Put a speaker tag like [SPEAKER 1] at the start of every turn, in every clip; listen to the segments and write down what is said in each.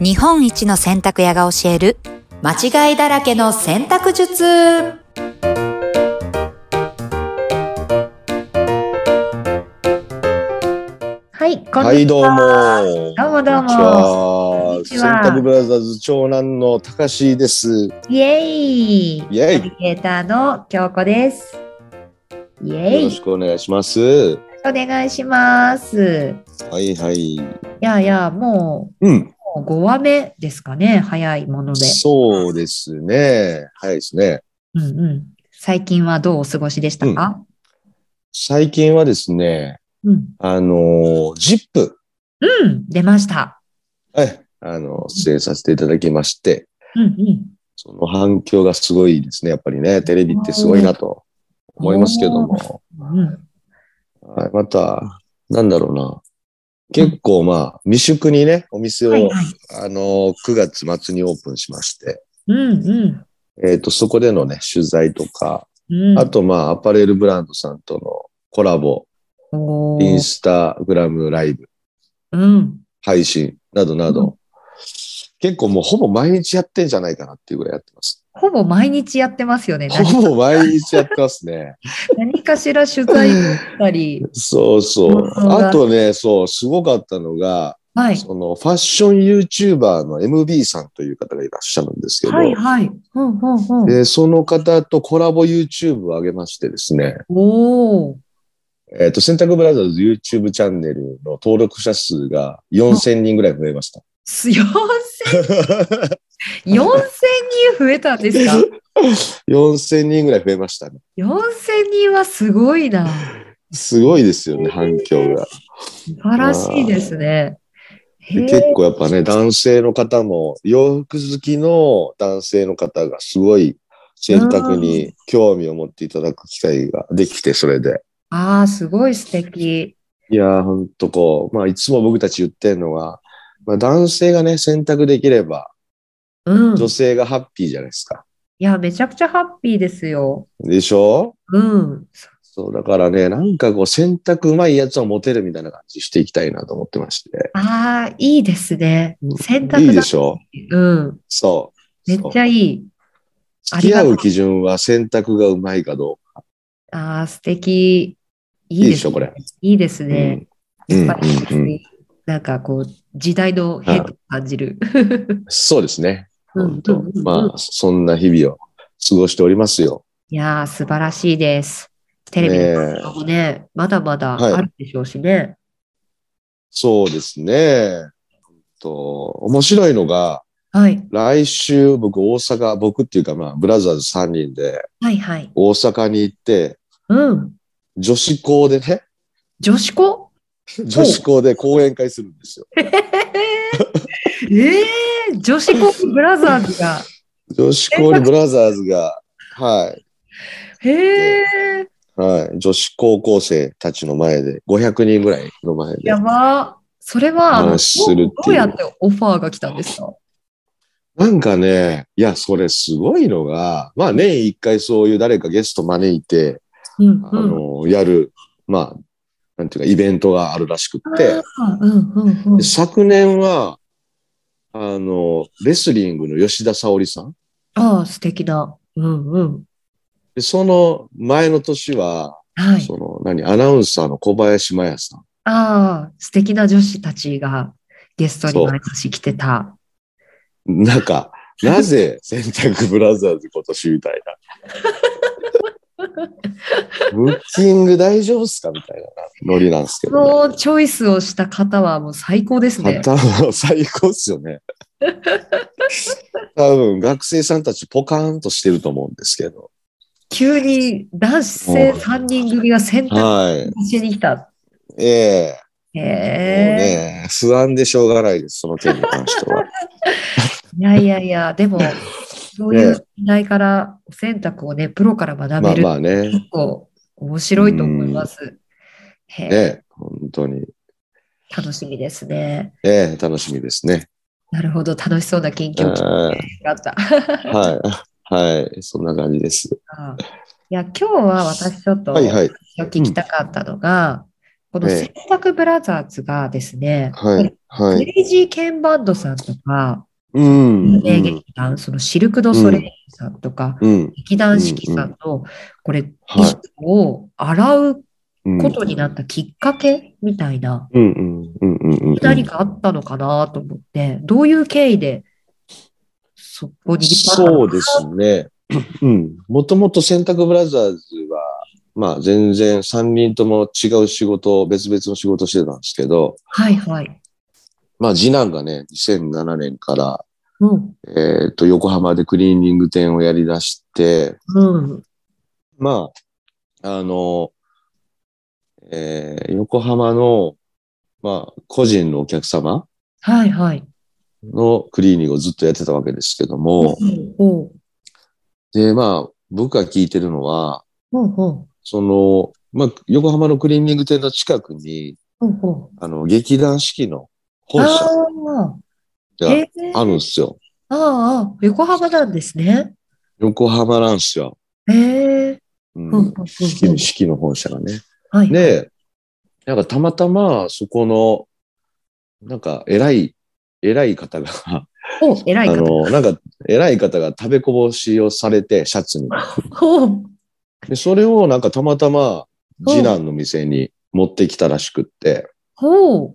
[SPEAKER 1] 日本一の洗濯屋が教える間違いだらけの洗濯術
[SPEAKER 2] はい、こん
[SPEAKER 3] はい、
[SPEAKER 2] にち
[SPEAKER 3] どうも。
[SPEAKER 2] は。どうもどうも。
[SPEAKER 3] こ
[SPEAKER 2] こん
[SPEAKER 3] んにちは。
[SPEAKER 2] にちは
[SPEAKER 3] 洗濯ブラザーズ長男のたかしです。
[SPEAKER 2] イエイ。イ
[SPEAKER 3] イエイ
[SPEAKER 2] ナビゲーターの京子です。イエ
[SPEAKER 3] よ
[SPEAKER 2] イ。
[SPEAKER 3] ろしくお願いします。
[SPEAKER 2] お願いします。
[SPEAKER 3] はいはい。
[SPEAKER 2] いやいや、も
[SPEAKER 3] うん、
[SPEAKER 2] う、もう5話目ですかね。早いもので。
[SPEAKER 3] そうですね。早いですね。
[SPEAKER 2] うんうん。最近はどうお過ごしでしたか
[SPEAKER 3] 最近はですね、
[SPEAKER 2] うん。
[SPEAKER 3] あの、ジップ、
[SPEAKER 2] うん、出ました。
[SPEAKER 3] はい、あの、出演させていただきまして、
[SPEAKER 2] うんうん。
[SPEAKER 3] その反響がすごいですね。やっぱりね、テレビってすごいなと思いますけども。
[SPEAKER 2] うん、
[SPEAKER 3] はい、また、なんだろうな。結構まあ、未宿にね、お店を、
[SPEAKER 2] はいはい。
[SPEAKER 3] あの、9月末にオープンしまして、
[SPEAKER 2] うんう
[SPEAKER 3] えっ、と、そこでのね、取材とか、
[SPEAKER 2] ん。うん、
[SPEAKER 3] あと、まあ、アパレルブランドさんとのコラボ、
[SPEAKER 2] おー、
[SPEAKER 3] インスタグラムライブ、
[SPEAKER 2] うん。
[SPEAKER 3] 配信などなど、
[SPEAKER 2] う
[SPEAKER 3] 結構もうほぼ毎日やってんじゃないかなっていうぐらいやってます。
[SPEAKER 2] ほぼ毎日やってますよね。何
[SPEAKER 3] ほぼ毎日やってますね。
[SPEAKER 2] 何かしら取材したり。
[SPEAKER 3] そうそ う。
[SPEAKER 2] 本当だ
[SPEAKER 3] あとね、そう、すごかったのが、
[SPEAKER 2] はい。
[SPEAKER 3] そのファッション YouTuber の MB さんという方がいらっしゃるんですけど、
[SPEAKER 2] はいはい。うんうんうん。
[SPEAKER 3] でその方とコラボ YouTube を上げましてですね、
[SPEAKER 2] おお。
[SPEAKER 3] えっ、と、洗濯ブラザーズ YouTube チャンネルの登録者数が4000人ぐらい増えました。
[SPEAKER 2] す4000、4000人増えたんです か
[SPEAKER 3] 4000人ぐらい増えましたね。
[SPEAKER 2] ?4000 人はすごいな。
[SPEAKER 3] すごいですよね、反響が。
[SPEAKER 2] 素晴らしいですね。へえ。
[SPEAKER 3] で結構やっぱね、男性の方も、洋服好きの男性の方がすごい洗濯に興味を持っていただく機会ができて、それで。
[SPEAKER 2] ああ、すごい素敵。
[SPEAKER 3] いやー、ほんとこう、まあいつも僕たち言ってるのは、まあ、男性がね、洗濯できれば、
[SPEAKER 2] うん。
[SPEAKER 3] 女
[SPEAKER 2] い
[SPEAKER 3] 性がハッピーじゃないですか。
[SPEAKER 2] や、めちゃくちゃハッピーですよ。
[SPEAKER 3] でしょ
[SPEAKER 2] うん。
[SPEAKER 3] そう、だからね、なんかこう、洗濯うまいやつはモテるみたいな感じしていきたいなと思ってまして。
[SPEAKER 2] ああ、いいですね。洗濯
[SPEAKER 3] いい
[SPEAKER 2] だ
[SPEAKER 3] で。しょ
[SPEAKER 2] うん。
[SPEAKER 3] そう。
[SPEAKER 2] めっちゃいい。
[SPEAKER 3] そう付き合う基準は洗濯がうまいかどうか。
[SPEAKER 2] ああ、素敵。い
[SPEAKER 3] い
[SPEAKER 2] い
[SPEAKER 3] い
[SPEAKER 2] で
[SPEAKER 3] ですしょ、これ。
[SPEAKER 2] いいですね。
[SPEAKER 3] うんうん
[SPEAKER 2] やっぱり
[SPEAKER 3] うんうん
[SPEAKER 2] なんかこう、時代の変化を感じる。
[SPEAKER 3] そうですね。
[SPEAKER 2] うん
[SPEAKER 3] 本
[SPEAKER 2] う
[SPEAKER 3] 当
[SPEAKER 2] んうんうん
[SPEAKER 3] まあ、そんな日々を過ごしておりますよ。
[SPEAKER 2] いやー、素晴らしいです。テレビの活動もね、まだまだ
[SPEAKER 3] はい
[SPEAKER 2] あるでしょうしね。
[SPEAKER 3] そうですね。と面白いのが、
[SPEAKER 2] はい、
[SPEAKER 3] 来週僕大阪、僕っていうかまあ、ブラザーズ3人で
[SPEAKER 2] はい、はい。
[SPEAKER 3] 大阪に行って、
[SPEAKER 2] うん。
[SPEAKER 3] 女子校でね、
[SPEAKER 2] 女子校
[SPEAKER 3] 女子校で講演会するんですよ。
[SPEAKER 2] えー、女子校ブラザーズが。
[SPEAKER 3] 女子高にブラザーズが、はい、
[SPEAKER 2] へえ、
[SPEAKER 3] はい、女子高校生たちの前で、500人ぐらいの前で
[SPEAKER 2] や、ば。それは、あの
[SPEAKER 3] 話するっていう
[SPEAKER 2] どうやってオファーが来たんですか
[SPEAKER 3] なんかね、いや、それすごいのが、まあ年一回そういう誰かゲスト招いて、
[SPEAKER 2] うん、
[SPEAKER 3] あ
[SPEAKER 2] うん。
[SPEAKER 3] の、やる、まあ、なんていうか、イベントがあるらしくって、
[SPEAKER 2] あーうん、うん、うん
[SPEAKER 3] で。昨年は、あの、レスリングの吉田沙保里さん、
[SPEAKER 2] ああ、素敵な。うん、うん。
[SPEAKER 3] でその前の年は、
[SPEAKER 2] はい。
[SPEAKER 3] その、何、アナウンサーの小林麻也さん、
[SPEAKER 2] ああ、素敵な女子たちがゲストに毎年来てた。
[SPEAKER 3] なんか、なぜ洗濯ブラザーズ今年みたいな。ブッキング大丈夫っすかみたいなノリなんですけ
[SPEAKER 2] その
[SPEAKER 3] ど、ね。
[SPEAKER 2] チョイスをした方はもう最高ですね。
[SPEAKER 3] 頭最高っすよね。多分学生さんたちポカーンとしてると思うんですけど。
[SPEAKER 2] 急に男性3人組が洗濯
[SPEAKER 3] はい。
[SPEAKER 2] しに来た。
[SPEAKER 3] ええ
[SPEAKER 2] へ
[SPEAKER 3] もう
[SPEAKER 2] え。
[SPEAKER 3] ね、不安でしょうがないです、その件に関し ては。
[SPEAKER 2] いやいやいや、 でも、そういう時代からお洗濯をね、プロから学
[SPEAKER 3] ま
[SPEAKER 2] べ
[SPEAKER 3] あ
[SPEAKER 2] る
[SPEAKER 3] まあね。
[SPEAKER 2] 結構面白いと思います。へえ、
[SPEAKER 3] ね、本当に。
[SPEAKER 2] 楽しみですね。
[SPEAKER 3] ええ楽しみですね。
[SPEAKER 2] なるほど、楽しそうな近況聞
[SPEAKER 3] はい
[SPEAKER 2] きがあった。
[SPEAKER 3] はい。はい。そんな感じです。
[SPEAKER 2] あいや、今日は私ちょっと、
[SPEAKER 3] はいはい。
[SPEAKER 2] 聞きたかったのが、この
[SPEAKER 3] ええ
[SPEAKER 2] 洗濯ブラザーズがですね、
[SPEAKER 3] はい。は
[SPEAKER 2] ク
[SPEAKER 3] い。
[SPEAKER 2] レイジーケンバンドさんとか、
[SPEAKER 3] うん。う
[SPEAKER 2] 有名
[SPEAKER 3] ん。
[SPEAKER 2] 劇団、そのシルク・ド・ソレイユさんとか、
[SPEAKER 3] うん。
[SPEAKER 2] 劇団四季さんの、これ、
[SPEAKER 3] はい
[SPEAKER 2] 衣装を洗う
[SPEAKER 3] うん。
[SPEAKER 2] ことになったきっかけみたいな、
[SPEAKER 3] うんうんうんうんうん。
[SPEAKER 2] 何かあったのかなと思って、どういう経緯で、そこに行ったの
[SPEAKER 3] そうですね。うん。もともと洗濯ブラザーズは、まあ全然3人とも違う仕事、別々の仕事してたんですけど、
[SPEAKER 2] はいはい。
[SPEAKER 3] まあ次男がね、2007年から、
[SPEAKER 2] うん。
[SPEAKER 3] えっ、と、横浜でクリーニング店をやり出して、
[SPEAKER 2] うん。
[SPEAKER 3] まあ、あの、えー横浜の、まあ、個人のお客様
[SPEAKER 2] はいはい。
[SPEAKER 3] のクリーニングをずっとやってたわけですけども、
[SPEAKER 2] おう
[SPEAKER 3] で、まあ、僕が聞いてるのは、
[SPEAKER 2] ほうほう。
[SPEAKER 3] その、まあ、横浜のクリーニング店の近くに、
[SPEAKER 2] ほうほう。
[SPEAKER 3] あの、劇団四季の本社
[SPEAKER 2] ああ。
[SPEAKER 3] が
[SPEAKER 2] えー
[SPEAKER 3] あるんですよ。
[SPEAKER 2] ああ、横浜なんですね。
[SPEAKER 3] 横浜なんですよ。
[SPEAKER 2] ええ
[SPEAKER 3] う
[SPEAKER 2] うんうんん。うん
[SPEAKER 3] 四季の、四季の本社がね。
[SPEAKER 2] はい。
[SPEAKER 3] で、なんかたまたま、そこの、なんか、偉い、偉い方が、あ
[SPEAKER 2] お、偉い方。
[SPEAKER 3] の、なんか、偉い方が食べこぼしをされて、シャツに。
[SPEAKER 2] ほう
[SPEAKER 3] で、それをなんかたまたま、次男の店に持ってきたらしくって。
[SPEAKER 2] ほう。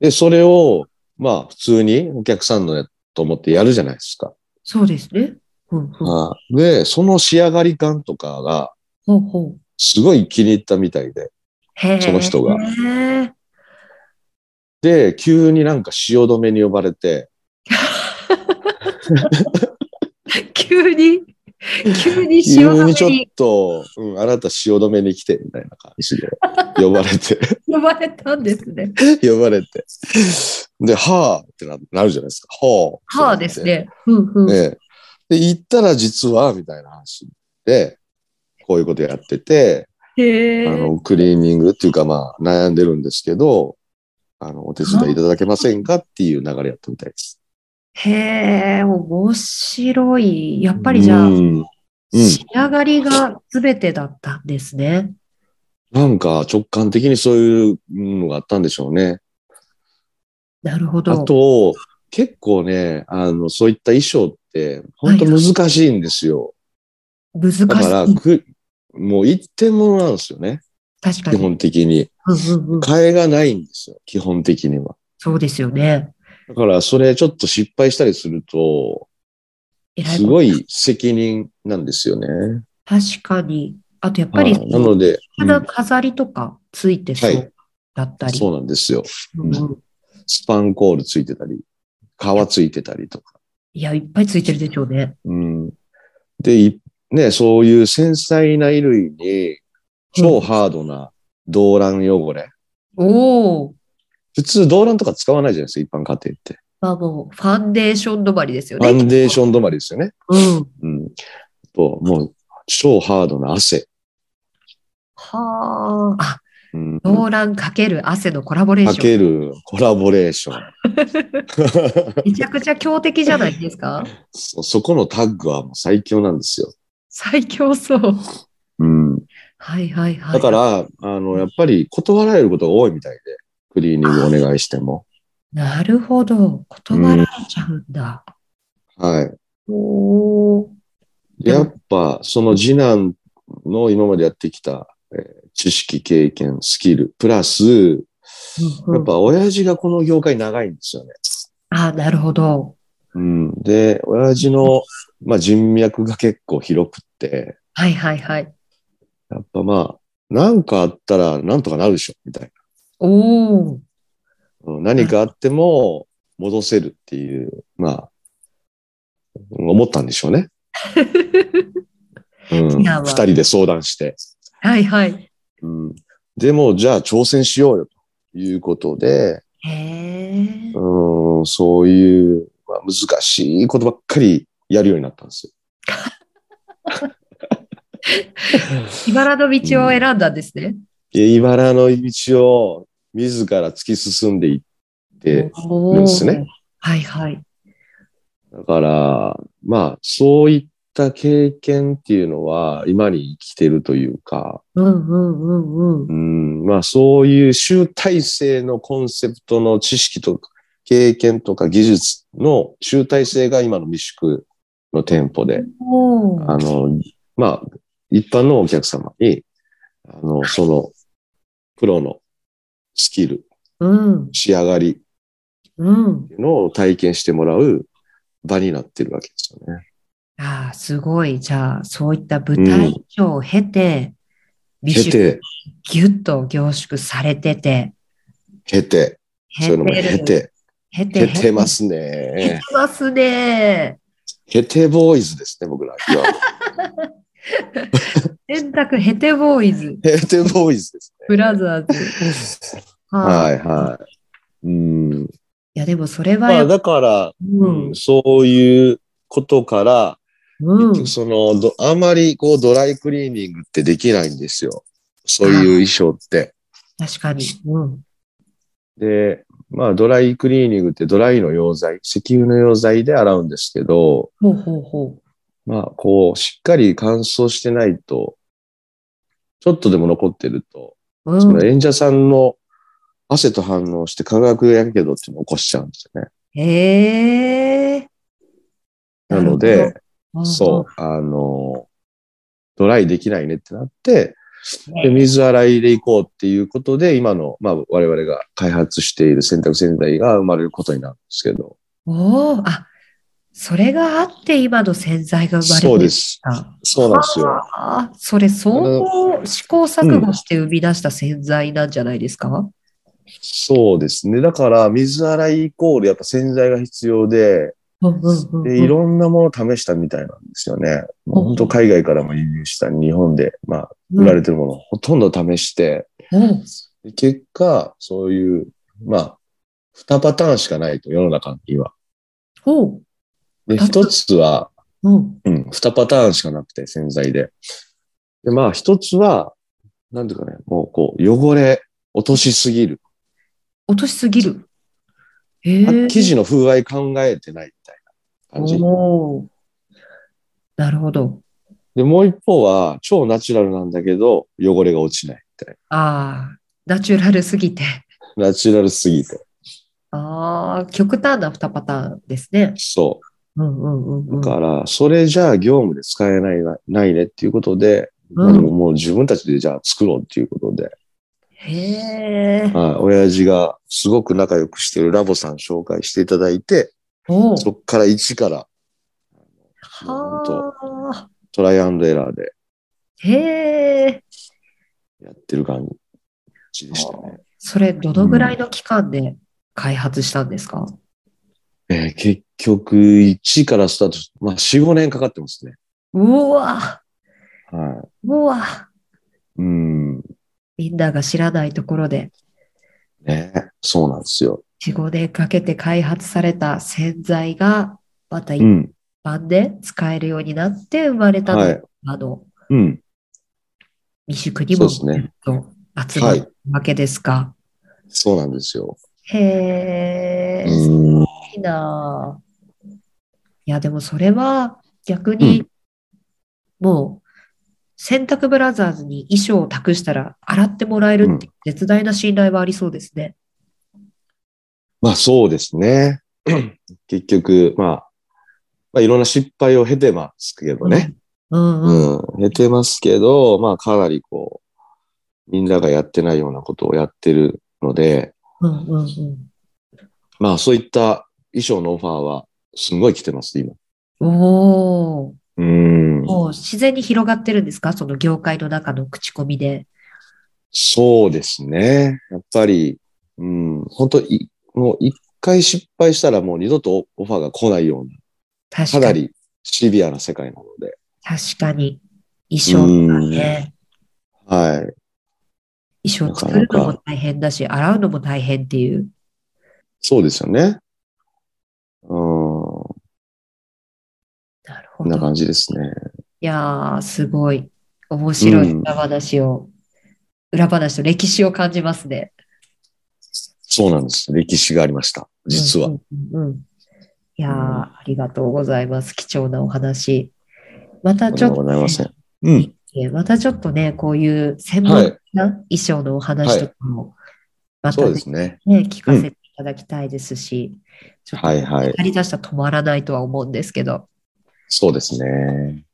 [SPEAKER 3] で、それを、まあ、普通にお客さんのやと思ってやるじゃないですか。
[SPEAKER 2] そうですね。うんうん
[SPEAKER 3] ああで、その仕上がり感とかが、
[SPEAKER 2] ほうほう。
[SPEAKER 3] すごい気に入ったみたいで。
[SPEAKER 2] へえ
[SPEAKER 3] その人が
[SPEAKER 2] へえ
[SPEAKER 3] で、急になんか汐留に呼ばれて、
[SPEAKER 2] 急に、急に
[SPEAKER 3] 急
[SPEAKER 2] 潮
[SPEAKER 3] に
[SPEAKER 2] 風
[SPEAKER 3] ちょっ
[SPEAKER 2] に
[SPEAKER 3] と、うん、あなた汐留に来て、みたいな感 じで、呼ばれて、
[SPEAKER 2] 呼ばれたんですね。
[SPEAKER 3] 呼ばれて。で、はあってななるじゃないですか。はあ。
[SPEAKER 2] はあです。ね。うんうん。
[SPEAKER 3] ええ。で、行ったら実は、みたいな話で、こういうことやってて、
[SPEAKER 2] へえ
[SPEAKER 3] あの、クリーニングっていうかまあ、悩んでるんですけど、あの、お手伝いいただけませんかっていう流れやったみたいです。
[SPEAKER 2] へえ、面白い。やっぱりじゃあ
[SPEAKER 3] う、んうん
[SPEAKER 2] 仕上がりが全てだったんですね。
[SPEAKER 3] なんか直感的にそういうのがあったんでしょうね。
[SPEAKER 2] なるほ
[SPEAKER 3] あ
[SPEAKER 2] ど。
[SPEAKER 3] と、結構ね、あの、そういった衣装って、本当難しいんですよ。
[SPEAKER 2] 難しい。
[SPEAKER 3] だから、くもう一点物なんですよね。
[SPEAKER 2] 確か
[SPEAKER 3] 基
[SPEAKER 2] に。
[SPEAKER 3] 本的に。
[SPEAKER 2] うんうんうん
[SPEAKER 3] 替えがないんですよ。基本的には。
[SPEAKER 2] そうですよね。
[SPEAKER 3] だから、それちょっと失敗したりすると、
[SPEAKER 2] 偉い
[SPEAKER 3] すごい責任なんですよね。
[SPEAKER 2] 確かに。あとやっぱり、
[SPEAKER 3] はいなので、うん
[SPEAKER 2] 花飾りとかついてそ
[SPEAKER 3] は
[SPEAKER 2] うだったり。
[SPEAKER 3] そうなんですよ。
[SPEAKER 2] うんうん
[SPEAKER 3] スパンコールついてたり、皮ついてたりとか。
[SPEAKER 2] いや、いっぱいついてるでしょうね。
[SPEAKER 3] うん、で、いね、そういう繊細な衣類に、超ハードな動乱汚れ。
[SPEAKER 2] おお。
[SPEAKER 3] 普通動乱とか使わないじゃないですか、一般家庭って。
[SPEAKER 2] まあもう、ファンデーション止まりですよ
[SPEAKER 3] フ
[SPEAKER 2] ね。
[SPEAKER 3] ァンデーシ
[SPEAKER 2] ョン。
[SPEAKER 3] ョン止まりですよね。
[SPEAKER 2] うん。
[SPEAKER 3] うん。と、もう、超ハードな汗。
[SPEAKER 2] はあ。あ、
[SPEAKER 3] う
[SPEAKER 2] ロ
[SPEAKER 3] ん、
[SPEAKER 2] ーランかける汗のコラボレー
[SPEAKER 3] か
[SPEAKER 2] ション。
[SPEAKER 3] けるコラボレーション。
[SPEAKER 2] めちゃくちゃ強敵じゃないです か。
[SPEAKER 3] そそこのタッグはもう最強なんですよ。
[SPEAKER 2] 最強そう。
[SPEAKER 3] うん。
[SPEAKER 2] はいはいはい。
[SPEAKER 3] だか、ら、あの、やっぱり断られることが多いみたいで、クリーニングお願いしても。
[SPEAKER 2] なるほど。断られちゃうんだ。
[SPEAKER 3] はい。
[SPEAKER 2] おお。
[SPEAKER 3] でやっぱ、その次男の今までやってきた、えー知識、経験、スキル、プラス、
[SPEAKER 2] うん
[SPEAKER 3] や
[SPEAKER 2] う
[SPEAKER 3] っ
[SPEAKER 2] ん
[SPEAKER 3] ぱ親父がこの業界長いんですよね。
[SPEAKER 2] あ、なるほど。
[SPEAKER 3] うん、で、親父の、まあ、人脈が結構広くって、
[SPEAKER 2] はいはいはい。
[SPEAKER 3] やっぱまあ、なんかあったらなんとかなるでしょ、みたいな。
[SPEAKER 2] おお。
[SPEAKER 3] うん何かあっても戻せるっていう、まあ、思ったんでしょうね。うん、
[SPEAKER 2] 次男は
[SPEAKER 3] 二人で相談して。
[SPEAKER 2] はいはい。
[SPEAKER 3] うん、でも、じゃあ挑戦しようよということで、
[SPEAKER 2] へえ。
[SPEAKER 3] うん、そういう、まあ、難しいことばっかりやるようになったんですよ。
[SPEAKER 2] 茨の道を選んだんですね。
[SPEAKER 3] で茨の道を自ら突き進んでいって、
[SPEAKER 2] お
[SPEAKER 3] で
[SPEAKER 2] お
[SPEAKER 3] すね。
[SPEAKER 2] はいはい。
[SPEAKER 3] だから、まあ、そういっった経験っていうのは、今に生きてるというか、
[SPEAKER 2] うんうんうんうん。
[SPEAKER 3] うん、まあそういう集大成のコンセプトの知識とか経験とか技術の集大成が今の未宿の店舗で、
[SPEAKER 2] おー
[SPEAKER 3] あの、まあ一般のお客様に、あの、その、プロのスキル、
[SPEAKER 2] うん
[SPEAKER 3] 仕上がり
[SPEAKER 2] うん。
[SPEAKER 3] のを体験してもらう場になってるわけですよね。
[SPEAKER 2] ああ、すごい。じゃあ、そういった舞台衣装を経て、美
[SPEAKER 3] 経
[SPEAKER 2] 術
[SPEAKER 3] て、
[SPEAKER 2] ギュッと凝縮されてて、
[SPEAKER 3] 経て、そういうのも経
[SPEAKER 2] 経る。
[SPEAKER 3] て、
[SPEAKER 2] 経て
[SPEAKER 3] 経てま。す
[SPEAKER 2] 経て
[SPEAKER 3] ね。
[SPEAKER 2] ますね。
[SPEAKER 3] 経てボーイズですね、 僕ら。いや
[SPEAKER 2] 洗濯ヘテボーイズ、
[SPEAKER 3] 経てボーイズですね。
[SPEAKER 2] ブラザーズ。。
[SPEAKER 3] はいいはい。うん。
[SPEAKER 2] いや、でもそれは
[SPEAKER 3] ま
[SPEAKER 2] や
[SPEAKER 3] あ
[SPEAKER 2] っぱ、
[SPEAKER 3] だから、
[SPEAKER 2] う
[SPEAKER 3] うんん、そういうことから、
[SPEAKER 2] うん。
[SPEAKER 3] 結局そのど、あまりこうドライクリーニングってできないんですよ。そういう衣装って。
[SPEAKER 2] 確かに。うん。
[SPEAKER 3] で、まあドライクリーニングってドライの溶剤、石油の溶剤で洗うんですけど、
[SPEAKER 2] ほうほうほ
[SPEAKER 3] まあこう、しっかり乾燥してないと、ちょっとでも残ってると、
[SPEAKER 2] う。う
[SPEAKER 3] その
[SPEAKER 2] ん。
[SPEAKER 3] 演者さんの汗と反応して化学やけどっていうのを起こしちゃうんですよね。
[SPEAKER 2] へえ。
[SPEAKER 3] なので、
[SPEAKER 2] るほど、
[SPEAKER 3] そう、あの、ドライできないねってなって、
[SPEAKER 2] ね
[SPEAKER 3] で水洗いでいこうっていうことで、今の、まあ、我々が開発している洗濯洗剤が生まれることになるんですけど、
[SPEAKER 2] うんうん。おお、あ、それがあって今の洗剤が生まれて
[SPEAKER 3] そうで
[SPEAKER 2] き
[SPEAKER 3] す。
[SPEAKER 2] た。
[SPEAKER 3] そうなんですよ。
[SPEAKER 2] ああ、それ相当試行錯誤して生み出した洗剤なんじゃないですか、
[SPEAKER 3] そうですね。だから、水洗いイコールやっぱ洗剤が必要で、
[SPEAKER 2] うんうんうんうん
[SPEAKER 3] でいろんなものを試したみたいなんですよね。もう本当海外からも輸入した日本で、まあ、売られてるものをほとんど試して、
[SPEAKER 2] うん
[SPEAKER 3] で結果、そういう、まあ、二パターンしかないと、世の中には。
[SPEAKER 2] ほ
[SPEAKER 3] で、
[SPEAKER 2] だって
[SPEAKER 3] 一つは、
[SPEAKER 2] う。うん。
[SPEAKER 3] うん、二パターンしかなくて、洗剤で。で、まあ、一つは、なんていうかね、もうこう、汚れ、落としすぎる。
[SPEAKER 2] 落としすぎる。へえ
[SPEAKER 3] 生地の風合い考えてないみたいな感じ。
[SPEAKER 2] おーなるほど。
[SPEAKER 3] で、もう一方は、超ナチュラルなんだけど、汚れが落ちないみたい
[SPEAKER 2] ああ、ナチュラルすぎて。
[SPEAKER 3] な。ナチュラルすぎて。
[SPEAKER 2] ああ、極端な2パターンですね。
[SPEAKER 3] そ
[SPEAKER 2] うんうんうんう
[SPEAKER 3] う。
[SPEAKER 2] ん。
[SPEAKER 3] だから、それじゃあ業務で使えないな、ないねっていうことで、
[SPEAKER 2] うん
[SPEAKER 3] まあでももう自分たちでじゃあ作ろうっていうことで、
[SPEAKER 2] へえ。
[SPEAKER 3] はい、親父がすごく仲良くしてるラボさん紹介していただいて、
[SPEAKER 2] おう
[SPEAKER 3] そっから一から本当
[SPEAKER 2] はあ。
[SPEAKER 3] トライアンドエラーで
[SPEAKER 2] へえ。
[SPEAKER 3] やってる感じでしたね。
[SPEAKER 2] それ、どのぐらいの期間で開発したんですか、
[SPEAKER 3] えー結局、1からスタートし、まあ、4、5年かかってますね。
[SPEAKER 2] うわ
[SPEAKER 3] は
[SPEAKER 2] うわ
[SPEAKER 3] い。うん。
[SPEAKER 2] みんなが知らないところで
[SPEAKER 3] ね、そうなんですよ。
[SPEAKER 2] 4、5年かけて開発された洗剤が、また
[SPEAKER 3] う
[SPEAKER 2] 一
[SPEAKER 3] ん。
[SPEAKER 2] 般で使えるようになって生まれたのが、
[SPEAKER 3] はい。
[SPEAKER 2] あの、
[SPEAKER 3] うん。
[SPEAKER 2] 未宿に
[SPEAKER 3] そう
[SPEAKER 2] も
[SPEAKER 3] ですね。
[SPEAKER 2] 集まるわけですか。
[SPEAKER 3] そうなんですよ。
[SPEAKER 2] へえ、す
[SPEAKER 3] うん。
[SPEAKER 2] ごいなあ。いや、でもそれは逆に、もう、洗濯ブラザーズに衣装を託したら洗ってもらえるっていう絶大な信頼はありそうですね。
[SPEAKER 3] まあ、そうですね。 結局、まあ、まあ、いろんな失敗を経てますけどね。
[SPEAKER 2] うんうん。
[SPEAKER 3] うん、減ってますけど、まあかなりこう、みんながやってないようなことをやってるので、
[SPEAKER 2] うんうんうん。
[SPEAKER 3] まあそういった衣装のオファーはすごい来てます、今。
[SPEAKER 2] おー
[SPEAKER 3] うん。
[SPEAKER 2] もう自然に広がってるんですかその業界の中の口コミで。
[SPEAKER 3] そうですね。やっぱり、うん、本当いもう一回失敗したらもう二度とオファーが来ないような、
[SPEAKER 2] 確
[SPEAKER 3] か
[SPEAKER 2] か
[SPEAKER 3] な
[SPEAKER 2] に。
[SPEAKER 3] りシビアな世界なので。
[SPEAKER 2] 確かに。衣装とかね。
[SPEAKER 3] はい。
[SPEAKER 2] 衣装作るのも大変だし、洗うのも大変っていう。
[SPEAKER 3] そうですよね。う
[SPEAKER 2] なる
[SPEAKER 3] ん、
[SPEAKER 2] ほ
[SPEAKER 3] こんな
[SPEAKER 2] ど。
[SPEAKER 3] 感じですね。
[SPEAKER 2] いやー、すごい。面白い
[SPEAKER 3] うん
[SPEAKER 2] 裏話を、裏話と歴史を感じますね。
[SPEAKER 3] そうなんです。歴史がありました。実は
[SPEAKER 2] う。んうんうんうんいやー、
[SPEAKER 3] うん
[SPEAKER 2] ありがとうございます。貴重なお話。またちょっ
[SPEAKER 3] と
[SPEAKER 2] と
[SPEAKER 3] んでもございません
[SPEAKER 2] ね、。
[SPEAKER 3] うん。
[SPEAKER 2] えまたちょっとね、こういう専門的な衣装のお話とかも、また
[SPEAKER 3] そう
[SPEAKER 2] ね
[SPEAKER 3] ですね。
[SPEAKER 2] 聞かせていただきたいですし、ちょっと
[SPEAKER 3] はいはい
[SPEAKER 2] やり出したら止まらないとは思うんですけど、
[SPEAKER 3] そうですね。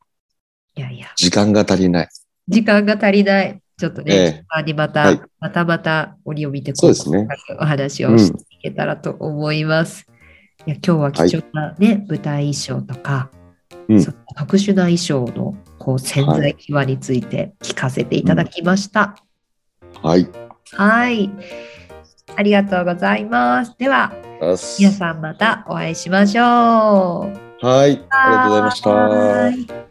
[SPEAKER 2] いやいや、
[SPEAKER 3] 時間が足りない。
[SPEAKER 2] 時間が足りない。ちょっとね、
[SPEAKER 3] ええ
[SPEAKER 2] 時間にまた、
[SPEAKER 3] はい
[SPEAKER 2] またまた折を見て
[SPEAKER 3] そうですね
[SPEAKER 2] お話をしていけたらと思います。いや今日は貴重な、ね舞台衣装とか、
[SPEAKER 3] うん
[SPEAKER 2] その特殊な衣装のこう潜在秘話について聞かせていただきました。
[SPEAKER 3] はい。
[SPEAKER 2] はい。ありがとうございます。では、
[SPEAKER 3] 皆
[SPEAKER 2] 皆さんまたお会いしましょう。
[SPEAKER 3] はい。ありがとうございました。
[SPEAKER 2] はい